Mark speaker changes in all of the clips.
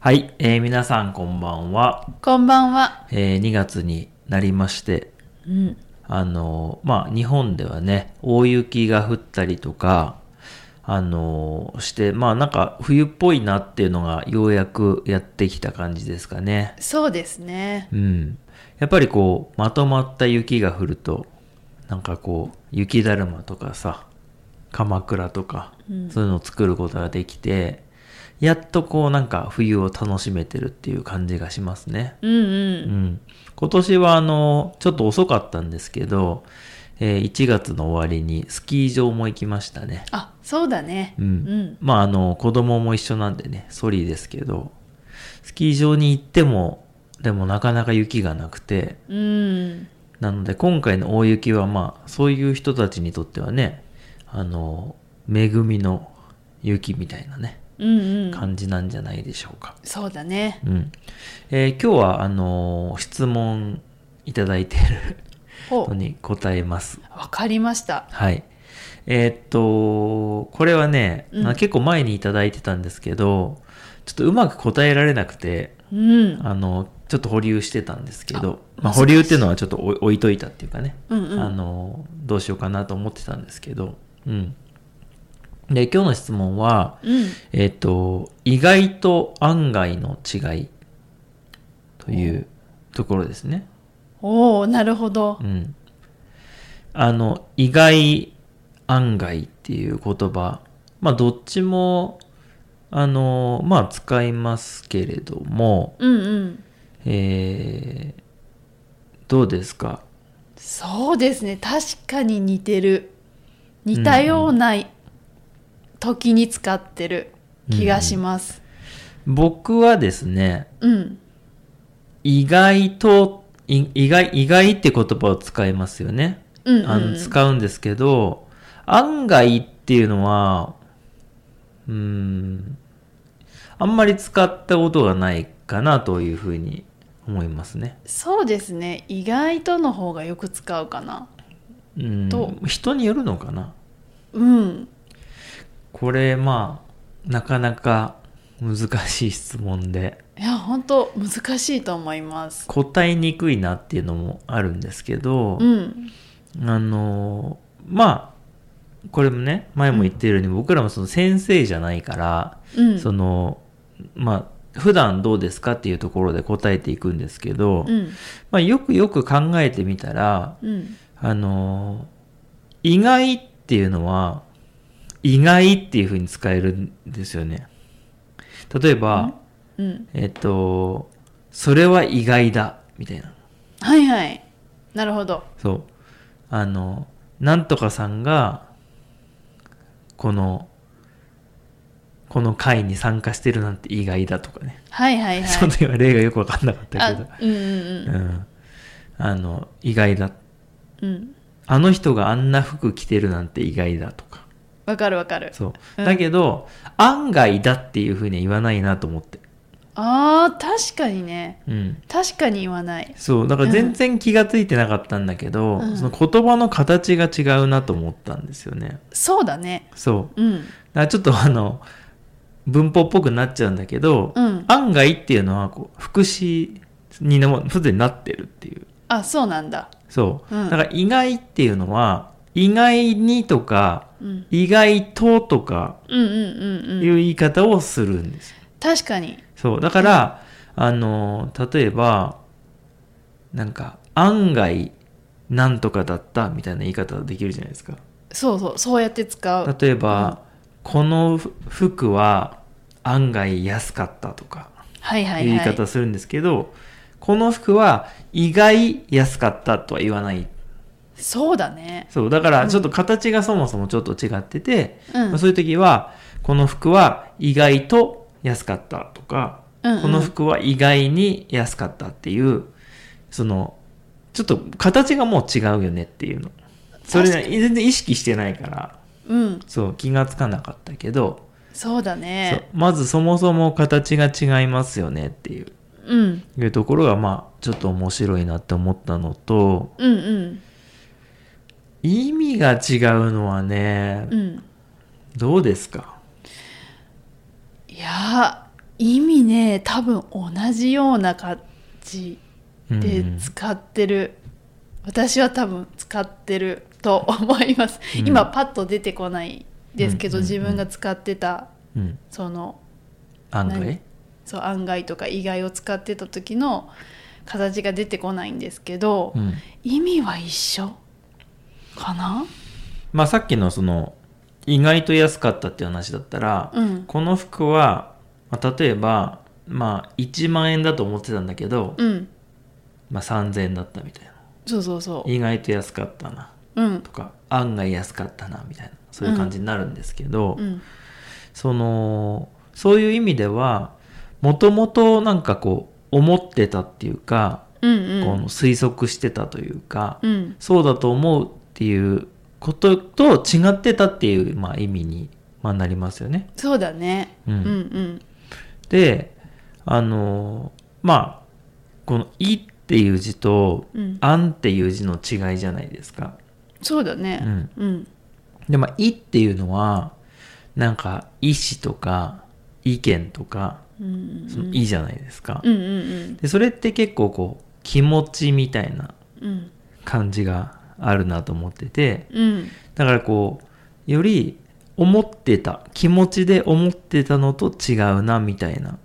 Speaker 1: はい、えー皆さんこんばんは、
Speaker 2: こんばんは。
Speaker 1: え2月になりまして
Speaker 2: うん。
Speaker 1: あのーまあ日本ではね大雪が降ったりとかあのーしてまあなんか冬っぽいなっていうのがようやくやってきた感じですかね
Speaker 2: そうですね。
Speaker 1: うんやっぱりこうまとまった雪が降るとなんかこう雪だるまとかさ鎌倉とか、
Speaker 2: うん
Speaker 1: そういうのを作ることができてやっとこうなんか冬を楽しめてるっていう感じがしますね
Speaker 2: うん
Speaker 1: う
Speaker 2: うん。
Speaker 1: ん今年はあのちょっと遅かったんですけど、えー1月の終わりにスキー場も行きましたね
Speaker 2: あ、そうだね。
Speaker 1: うん
Speaker 2: うん。
Speaker 1: まああの子供も一緒なんでねソリーですけどスキー場に行ってもでもなかなか雪がなくて
Speaker 2: うん。
Speaker 1: なので今回の大雪はまあそういう人たちにとってはねあの恵みの雪みたいなね
Speaker 2: うんうん。
Speaker 1: 感じなんじゃないでしょうか、
Speaker 2: そうだね。
Speaker 1: うんえー今日はあの質問いただいている
Speaker 2: ほ
Speaker 1: のに答えます
Speaker 2: う。わかりました。
Speaker 1: はいえーっとこれはね、
Speaker 2: うん
Speaker 1: あ結構前にいただいてたんですけどちょっとうまく答えられなくて
Speaker 2: うん。
Speaker 1: あのちょっと保留してたんですけど
Speaker 2: あ
Speaker 1: まあ、保留っていうのはちょっと置い置いといたっていうかね
Speaker 2: うんうん。
Speaker 1: あのどうしようかなと思ってたんですけど、うん、で今日の質問は、
Speaker 2: うん。
Speaker 1: えっと意外と案外の違いというところですね。
Speaker 2: おおなるほど
Speaker 1: う。ん、あの意外案外っていう言葉まあどっちもあのまあ使いますけれども、
Speaker 2: うんうん。
Speaker 1: えーどうですか
Speaker 2: そうですね。確かに似てる。似たような時に使ってる気がします。
Speaker 1: 僕はですね
Speaker 2: うん。
Speaker 1: 意外と、い意外、意外って言葉を使いますよね。
Speaker 2: うんうん。
Speaker 1: あの使うんですけど、案外っていうのは、うーん、あんまり使ったことがないかなというふうに思いますね。
Speaker 2: そうですね。意外との方がよく使うかな。
Speaker 1: うん
Speaker 2: と、
Speaker 1: 人によるのかな。
Speaker 2: うん。
Speaker 1: これ、まあ、なかなか難しい質問で、
Speaker 2: いや本当難しいと思います。
Speaker 1: 答えにくいなっていうのもあるんですけど、
Speaker 2: うん
Speaker 1: あのーまあこれもね前も言ってるように、僕らもその先生じゃないから、
Speaker 2: うん
Speaker 1: そのまあ普段どうですかっていうところで答えていくんですけど、
Speaker 2: うん
Speaker 1: まあ、よくよく考えてみたら
Speaker 2: うん
Speaker 1: あのー意外っていうのは意外っていうふうに使えるんですよね。例えば、
Speaker 2: うん
Speaker 1: えっと、それは意外だみたいな。
Speaker 2: はいはいなるほど
Speaker 1: そう。あの、なんとかさんが、この、この会に参加してるなんて意外だとかね。
Speaker 2: はいは いはい
Speaker 1: ちょっと今例がよくわかんなかったけど
Speaker 2: あ。うんう
Speaker 1: うんん。あの、意外だ。
Speaker 2: うんうん
Speaker 1: あの人があんな服着てるなんて意外だとか。
Speaker 2: わかるわかる
Speaker 1: そうう。
Speaker 2: ん
Speaker 1: だけど、案外だっていうふうには言わないなと思って。
Speaker 2: あー確かにね
Speaker 1: うん。
Speaker 2: 確かに言わない
Speaker 1: そう。だから全然気がついてなかったんだけど、
Speaker 2: うん
Speaker 1: その言葉の形が違うなと思ったんですよね。
Speaker 2: そうだね
Speaker 1: そう。
Speaker 2: うん
Speaker 1: だからちょっとあの文法っぽくなっちゃうんだけど、
Speaker 2: うん
Speaker 1: 案外っていうのはこう副詞にもすでになってるっていう
Speaker 2: あそうなんだ
Speaker 1: そう、
Speaker 2: うん
Speaker 1: だから意外っていうのは意外にとか
Speaker 2: うん
Speaker 1: 意外ととか
Speaker 2: うんうんうん
Speaker 1: いう
Speaker 2: うん
Speaker 1: 言い方をするんですよ、
Speaker 2: 確かに
Speaker 1: そうだから、あの例えばなんか案外なんとかだったみたいな言い方できるじゃないですか
Speaker 2: そうそうそうやって使う
Speaker 1: 例えば、この服は案外安かったとか
Speaker 2: はいはい
Speaker 1: 言い
Speaker 2: はい
Speaker 1: 方するんですけど、この服は意外安かったとは言わない
Speaker 2: そうだね
Speaker 1: そうだからちょっと形がそもそもちょっと違ってて、
Speaker 2: うん
Speaker 1: まあそういう時はこの服は意外と安かったとか、
Speaker 2: うんうん
Speaker 1: この服は意外に安かったっていうそのちょっと形がもう違うよねっていうのそれね
Speaker 2: 確
Speaker 1: 全然意識してないから
Speaker 2: うん
Speaker 1: そう気がつかなかったけど、
Speaker 2: そうだ
Speaker 1: そう
Speaker 2: ね
Speaker 1: まずそもそも形が違いますよねっていう
Speaker 2: うん
Speaker 1: いうところがまあちょっと面白いなって思ったのと
Speaker 2: うんうん
Speaker 1: 意味が違うのはね、
Speaker 2: うん
Speaker 1: どうですか
Speaker 2: いやー意味ね多分同じような感じで使ってる、私は多分使ってると思います、
Speaker 1: うん
Speaker 2: 今パッと出てこないですけど、
Speaker 1: うんうんうん
Speaker 2: 自分が使ってた
Speaker 1: うんうん
Speaker 2: その
Speaker 1: 案
Speaker 2: 何
Speaker 1: 外
Speaker 2: そう案外とか意外を使ってた時の形が出てこないんですけど、
Speaker 1: うん
Speaker 2: 意味は一緒かな、
Speaker 1: まあさっきのその意外と安かったっていう話だったら、
Speaker 2: うん、
Speaker 1: この服は、まあ、例えばまあ1万円だと思ってたんだけど、
Speaker 2: うん
Speaker 1: まあ3000円だったみたいな
Speaker 2: そうそうそ
Speaker 1: 意外と安かったな
Speaker 2: ううん
Speaker 1: とか案外安かったなみたいなそういう感じになるんですけど、
Speaker 2: うん
Speaker 1: そのそういう意味ではもともとなんかこう思ってたっていうか、
Speaker 2: うんうん
Speaker 1: この推測してたというか、
Speaker 2: うん
Speaker 1: そうだと思うっていうことと違ってたっていう、まあ、意味に、まあ、なりますよね。
Speaker 2: そうだね、
Speaker 1: うん
Speaker 2: うんうん
Speaker 1: であのまあこの「い」っていう字と
Speaker 2: うん
Speaker 1: 「あん」っていう字の違いじゃないですか。
Speaker 2: そうだね
Speaker 1: うん
Speaker 2: うん
Speaker 1: でまあ「い」っていうのはなんか意思とか意見とか
Speaker 2: うん
Speaker 1: その「い」じゃないですか。
Speaker 2: うんうん
Speaker 1: でそれって結構こう気持ちみたいな
Speaker 2: うん
Speaker 1: 感じがあるなと思ってて
Speaker 2: うん
Speaker 1: だからこうより思ってた気持ちで思ってたのと違うなみたいな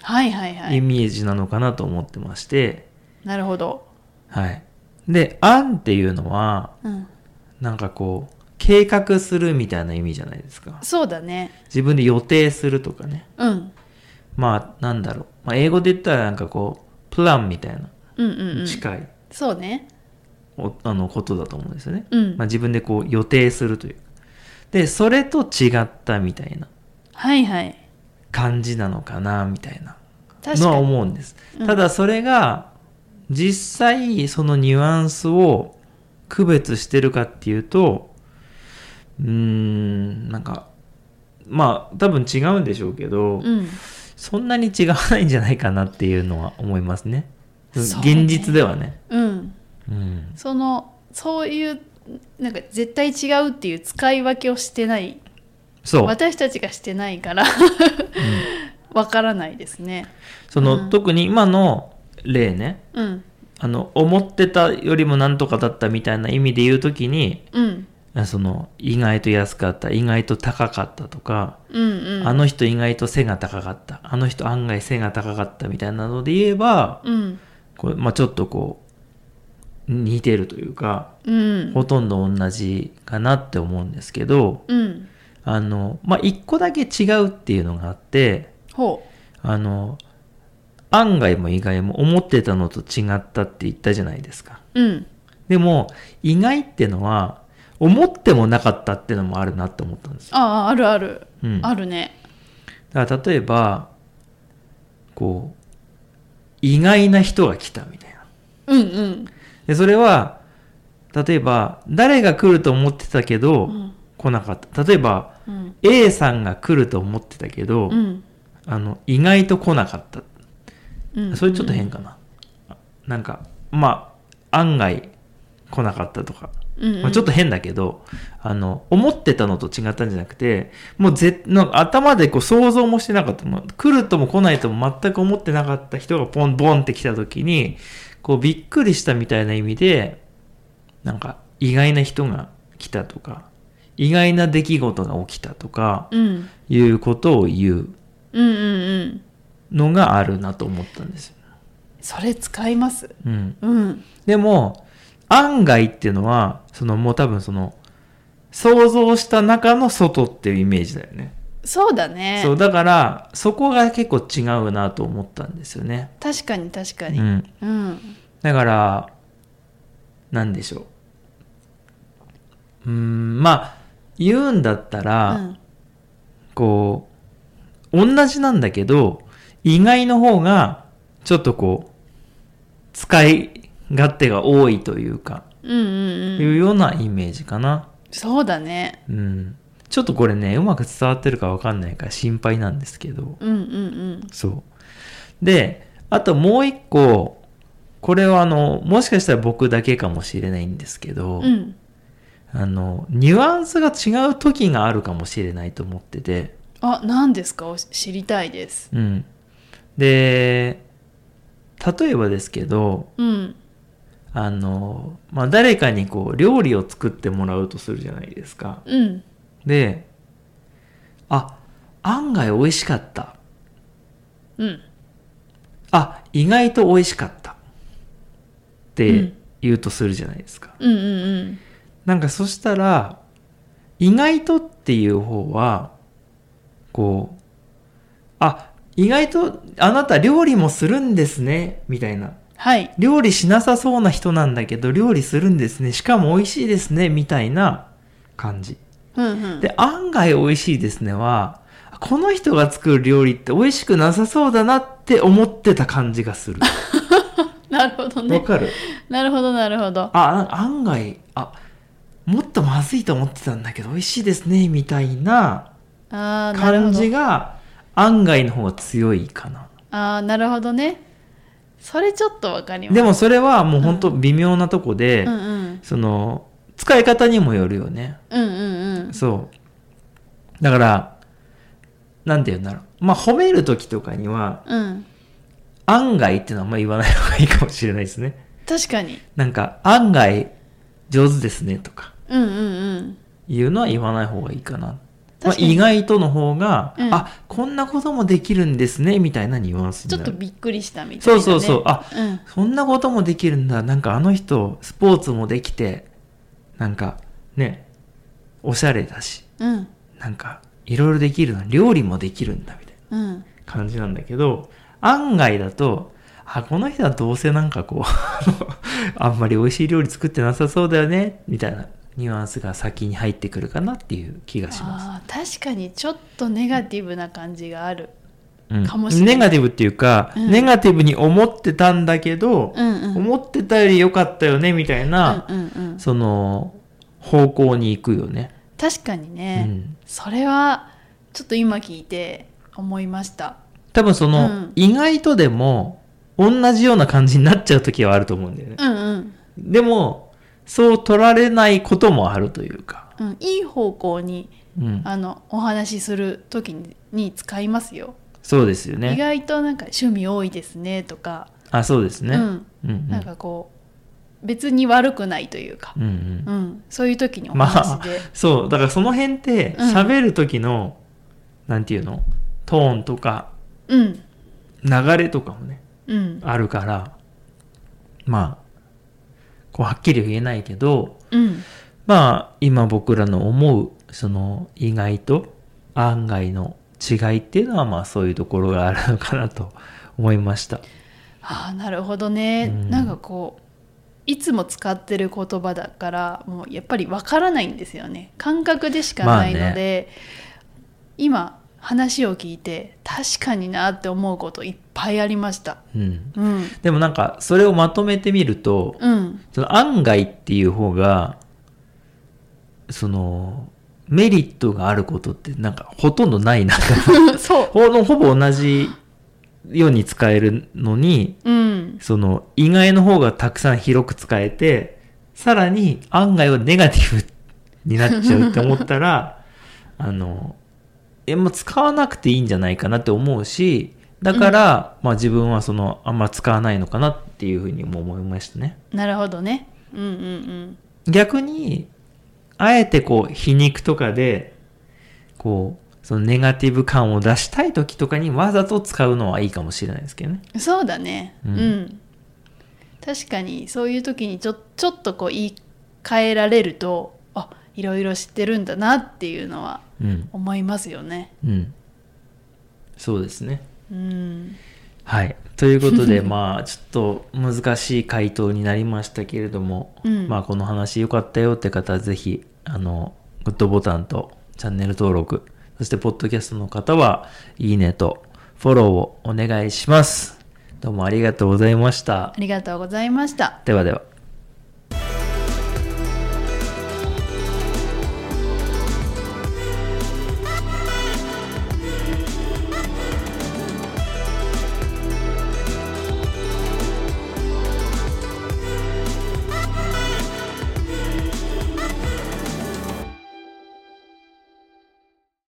Speaker 2: はいはいは
Speaker 1: イ
Speaker 2: い
Speaker 1: メージなのかなと思ってまして、
Speaker 2: なるほど、
Speaker 1: はい。で、案っていうのは、
Speaker 2: うん、
Speaker 1: なんかこう、計画するみたいな意味じゃないですか。
Speaker 2: そうだね
Speaker 1: 自分で予定するとかね。
Speaker 2: うん
Speaker 1: まあ、なんだろう。まあ、英語で言ったらなんかこう、プランみたい
Speaker 2: うんうんう
Speaker 1: な、
Speaker 2: ん
Speaker 1: 近い、
Speaker 2: そうね
Speaker 1: おあの、ことだと思うんですよね。
Speaker 2: うん
Speaker 1: まあ、自分でこう、予定するというか。で、それと違ったみたいな
Speaker 2: はいはい
Speaker 1: 感じなのかな、みたいな。
Speaker 2: 確
Speaker 1: のは
Speaker 2: かに
Speaker 1: 思うんです、
Speaker 2: うん
Speaker 1: ただそれが実際そのニュアンスを区別してるかっていうとうーんなんかまあ多分違うんでしょうけど、
Speaker 2: うん
Speaker 1: そんなに違わないんじゃないかなっていうのは思いますね
Speaker 2: そうね
Speaker 1: 現実ではね
Speaker 2: うん
Speaker 1: うん
Speaker 2: そのそういうなんか絶対違うっていう使い分けをしてない
Speaker 1: そう、
Speaker 2: 私たちがしてないから
Speaker 1: うん
Speaker 2: わからないですね
Speaker 1: その、
Speaker 2: うん
Speaker 1: 特に今の例ね
Speaker 2: うん
Speaker 1: あの思ってたよりもなんとかだったみたいな意味で言うときに
Speaker 2: うん
Speaker 1: あその意外と安かった意外と高かったとか、
Speaker 2: うんうん
Speaker 1: あの人意外と背が高かったあの人案外背が高かったみたいなので言えば
Speaker 2: うん
Speaker 1: こう、まあ、ちょっとこう似てるというか
Speaker 2: うん
Speaker 1: ほとんど同じかなって思うんですけど
Speaker 2: うん
Speaker 1: あのまあ一個だけ違うっていうのがあって
Speaker 2: ほ
Speaker 1: あの案外も意外も思ってたのと違ったって言ったじゃないですか
Speaker 2: ううん
Speaker 1: でも意外ってのは思ってもなかったってのもあるなって思ったんですよ、
Speaker 2: あああるある、
Speaker 1: うん、
Speaker 2: あるね
Speaker 1: だから例えばこう意外な人が来たみたいな
Speaker 2: うんうん
Speaker 1: でそれは例えば誰が来ると思ってたけど、
Speaker 2: うん
Speaker 1: 来なかった例えば
Speaker 2: うん
Speaker 1: A さんが来ると思ってたけど、
Speaker 2: うん
Speaker 1: あの意外と来なかった、
Speaker 2: うん
Speaker 1: それちょっと変かな、なんかまあ案外来なかったとか、
Speaker 2: うんうん
Speaker 1: まあ、ちょっと変だけどあの思ってたのと違ったんじゃなくてもうぜなんか頭でこう想像もしてなかったもう来るとも来ないとも全く思ってなかった人がポンボンって来た時にこうびっくりしたみたいな意味でなんか意外な人が来たとか意外な出来事が起きたとか
Speaker 2: うん
Speaker 1: いうことを言う
Speaker 2: うんうんうん
Speaker 1: のがあるなと思ったんですよ。
Speaker 2: それ使います
Speaker 1: うん
Speaker 2: うん
Speaker 1: でも、案外っていうのは、そのもう多分その、想像した中の外っていうイメージだよね。
Speaker 2: そうだね
Speaker 1: そう、だから、そこが結構違うなと思ったんですよね。
Speaker 2: 確かに確か
Speaker 1: う
Speaker 2: に
Speaker 1: ん。
Speaker 2: うん
Speaker 1: だから、なんでしょう。うーん、まあ、言うんだった
Speaker 2: う
Speaker 1: ら、
Speaker 2: ん
Speaker 1: こう、同じなんだけど、意外の方が、ちょっとこう、使い勝手が多いというか、
Speaker 2: うんうんう
Speaker 1: い
Speaker 2: ん
Speaker 1: うようなイメージかな。
Speaker 2: そうだね
Speaker 1: うん。ちょっとこれね、うまく伝わってるかわかんないから心配なんですけど。
Speaker 2: うんうん
Speaker 1: そう。で、あともう一個、これはあの、もしかしたら僕だけかもしれないんですけど、
Speaker 2: うんうん
Speaker 1: あの、ニュアンスが違う時があるかもしれないと思ってて、
Speaker 2: あ何ですかお知りたいです
Speaker 1: うん。で、例えばですけど、
Speaker 2: うん
Speaker 1: あの、まあ、誰かにこう、料理を作ってもらうとするじゃないですか。
Speaker 2: うん
Speaker 1: で、あ、案外美味しかった。
Speaker 2: うん
Speaker 1: あ、意外と美味しかった。って言うとするじゃないですか。
Speaker 2: うんうん
Speaker 1: なんかそしたら、意外とっていう方は、こう、あ、意外とあなた料理もするんですね、みたいな。
Speaker 2: はい
Speaker 1: 料理しなさそうな人なんだけど、料理するんですね。しかも美味しいですね、みたいな感じ。
Speaker 2: うんうん
Speaker 1: で、案外美味しいですねは、この人が作る料理って美味しくなさそうだなって思ってた感じが する。
Speaker 2: なるほど
Speaker 1: わ
Speaker 2: ね
Speaker 1: かる
Speaker 2: なるほどなるほど
Speaker 1: あ、あ案外、あ、もっとまずいと思ってたんだけど、美味しいですね、みたいな
Speaker 2: ああなるほ
Speaker 1: 感
Speaker 2: ど
Speaker 1: じが、案外の方が強いかな。
Speaker 2: ああなるほどねそれちょっとわかります
Speaker 1: でもそれはもう本当微妙なとこで、
Speaker 2: うんうん
Speaker 1: その、使い方にもよるよね。
Speaker 2: うんうんうん
Speaker 1: そう。だから、なんて言うんだろう。まあ、褒めるときとかには、
Speaker 2: うん
Speaker 1: 案外っていうのはあんま言わない方がいいかもしれないですね。
Speaker 2: 確かに
Speaker 1: なんか、案外上手ですねとか。
Speaker 2: うんうんうん
Speaker 1: いうのは言わない方がいいかな。まあ、
Speaker 2: 確かに
Speaker 1: 意外との方が、
Speaker 2: うん
Speaker 1: あこんなこともできるんですねみたいなニュアンスに
Speaker 2: ちょっ
Speaker 1: な
Speaker 2: と
Speaker 1: る
Speaker 2: びっくりしたみたいな、ね、
Speaker 1: そうそうそうあ
Speaker 2: うん
Speaker 1: そんなこともできるんだなんかあの人スポーツもできてなんかねおしゃれだし
Speaker 2: うん
Speaker 1: なんかいろいろできるな料理もできるんだみたい
Speaker 2: うん
Speaker 1: な感じなんだけど案外だとあこの人はどうせなんかこう あのあんまり美味しい料理作ってなさそうだよねみたいなニュアンスが先に入ってくるかなっていう気がします。
Speaker 2: あー確かにちょっとネガティブな感じがある
Speaker 1: うん
Speaker 2: かもしれない
Speaker 1: ネガティブっていうか、
Speaker 2: うん
Speaker 1: ネガティブに思ってたんだけど、
Speaker 2: うんうん
Speaker 1: 思ってたより良かったよねみたいな、
Speaker 2: うんうんうん、
Speaker 1: その方向に行くよね。
Speaker 2: 確かにね、
Speaker 1: うん
Speaker 2: それはちょっと今聞いて思いました
Speaker 1: 多分その、
Speaker 2: うん
Speaker 1: 意外とでも同じような感じになっちゃう時はあると思うんだよね。
Speaker 2: うんうん、
Speaker 1: でもそう取られないこともあるというか。
Speaker 2: うん、いい方向に
Speaker 1: うん、
Speaker 2: あのお話しする時にに使いますよ、
Speaker 1: そうですよ
Speaker 2: 意
Speaker 1: ね。
Speaker 2: 外となんか趣味多いですねとか、
Speaker 1: あそうですね。
Speaker 2: う
Speaker 1: うん
Speaker 2: ん、
Speaker 1: うんうん
Speaker 2: なんかこう別に悪くないというか、
Speaker 1: うんうん
Speaker 2: うん、そういう時にお話で、
Speaker 1: そうだからその辺って
Speaker 2: うん
Speaker 1: 喋る時の、なんていうのトーンとか
Speaker 2: うん
Speaker 1: 流れとかもね
Speaker 2: うん
Speaker 1: あるからまあこうはっきりは言えないけど
Speaker 2: うん
Speaker 1: まあ今僕らの思うその意外と案外の違いっていうのはまあそういうところがあるのかなと思いました。
Speaker 2: ああなるほどね、
Speaker 1: うん
Speaker 2: なんかこういつも使ってる言葉だからもうやっぱりわからないんですよね感覚でしかないので、
Speaker 1: まあ
Speaker 2: 今話を聞いて確かになって思うこといっぱいありました
Speaker 1: うん、
Speaker 2: うん
Speaker 1: でもなんかそれをまとめてみると
Speaker 2: うん
Speaker 1: その案外っていう方がそのメリットがあることってなんかほとんどないな
Speaker 2: そう
Speaker 1: ほぼほぼ同じように使えるのに
Speaker 2: うん
Speaker 1: その意外の方がたくさん広く使えて、さらに案外はネガティブになっちゃうって思ったら、 あの、え、もう使わなくていいんじゃないかなって思うし、だから、まあ自分はその、あんま使わないのかなっていうふうにも思いましたね。
Speaker 2: なるほどねうんうん
Speaker 1: 逆に、あえてこう皮肉とかで、こう、そのネガティブ感を出したい時とかにわざと使うのはいいかもしれないですけどね。
Speaker 2: うんそうだね
Speaker 1: う
Speaker 2: うんん、確かにそういう時にちょちょっとこう言い換えられるとあいろいろ知ってるんだなっていうのは
Speaker 1: うん。
Speaker 2: 思いますよね
Speaker 1: うん。そうですね。
Speaker 2: うん
Speaker 1: はい。ということ で、まあ、ちょっと難しい回答になりましたけれども、
Speaker 2: うん
Speaker 1: まあ、この話良かったよって方は、ぜひ、あの、グッドボタンとチャンネル登録、そして、ポッドキャストの方は、いいねとフォローをお願いします。どうもありがとうございました
Speaker 2: あ。りがとうございました
Speaker 1: ではでは。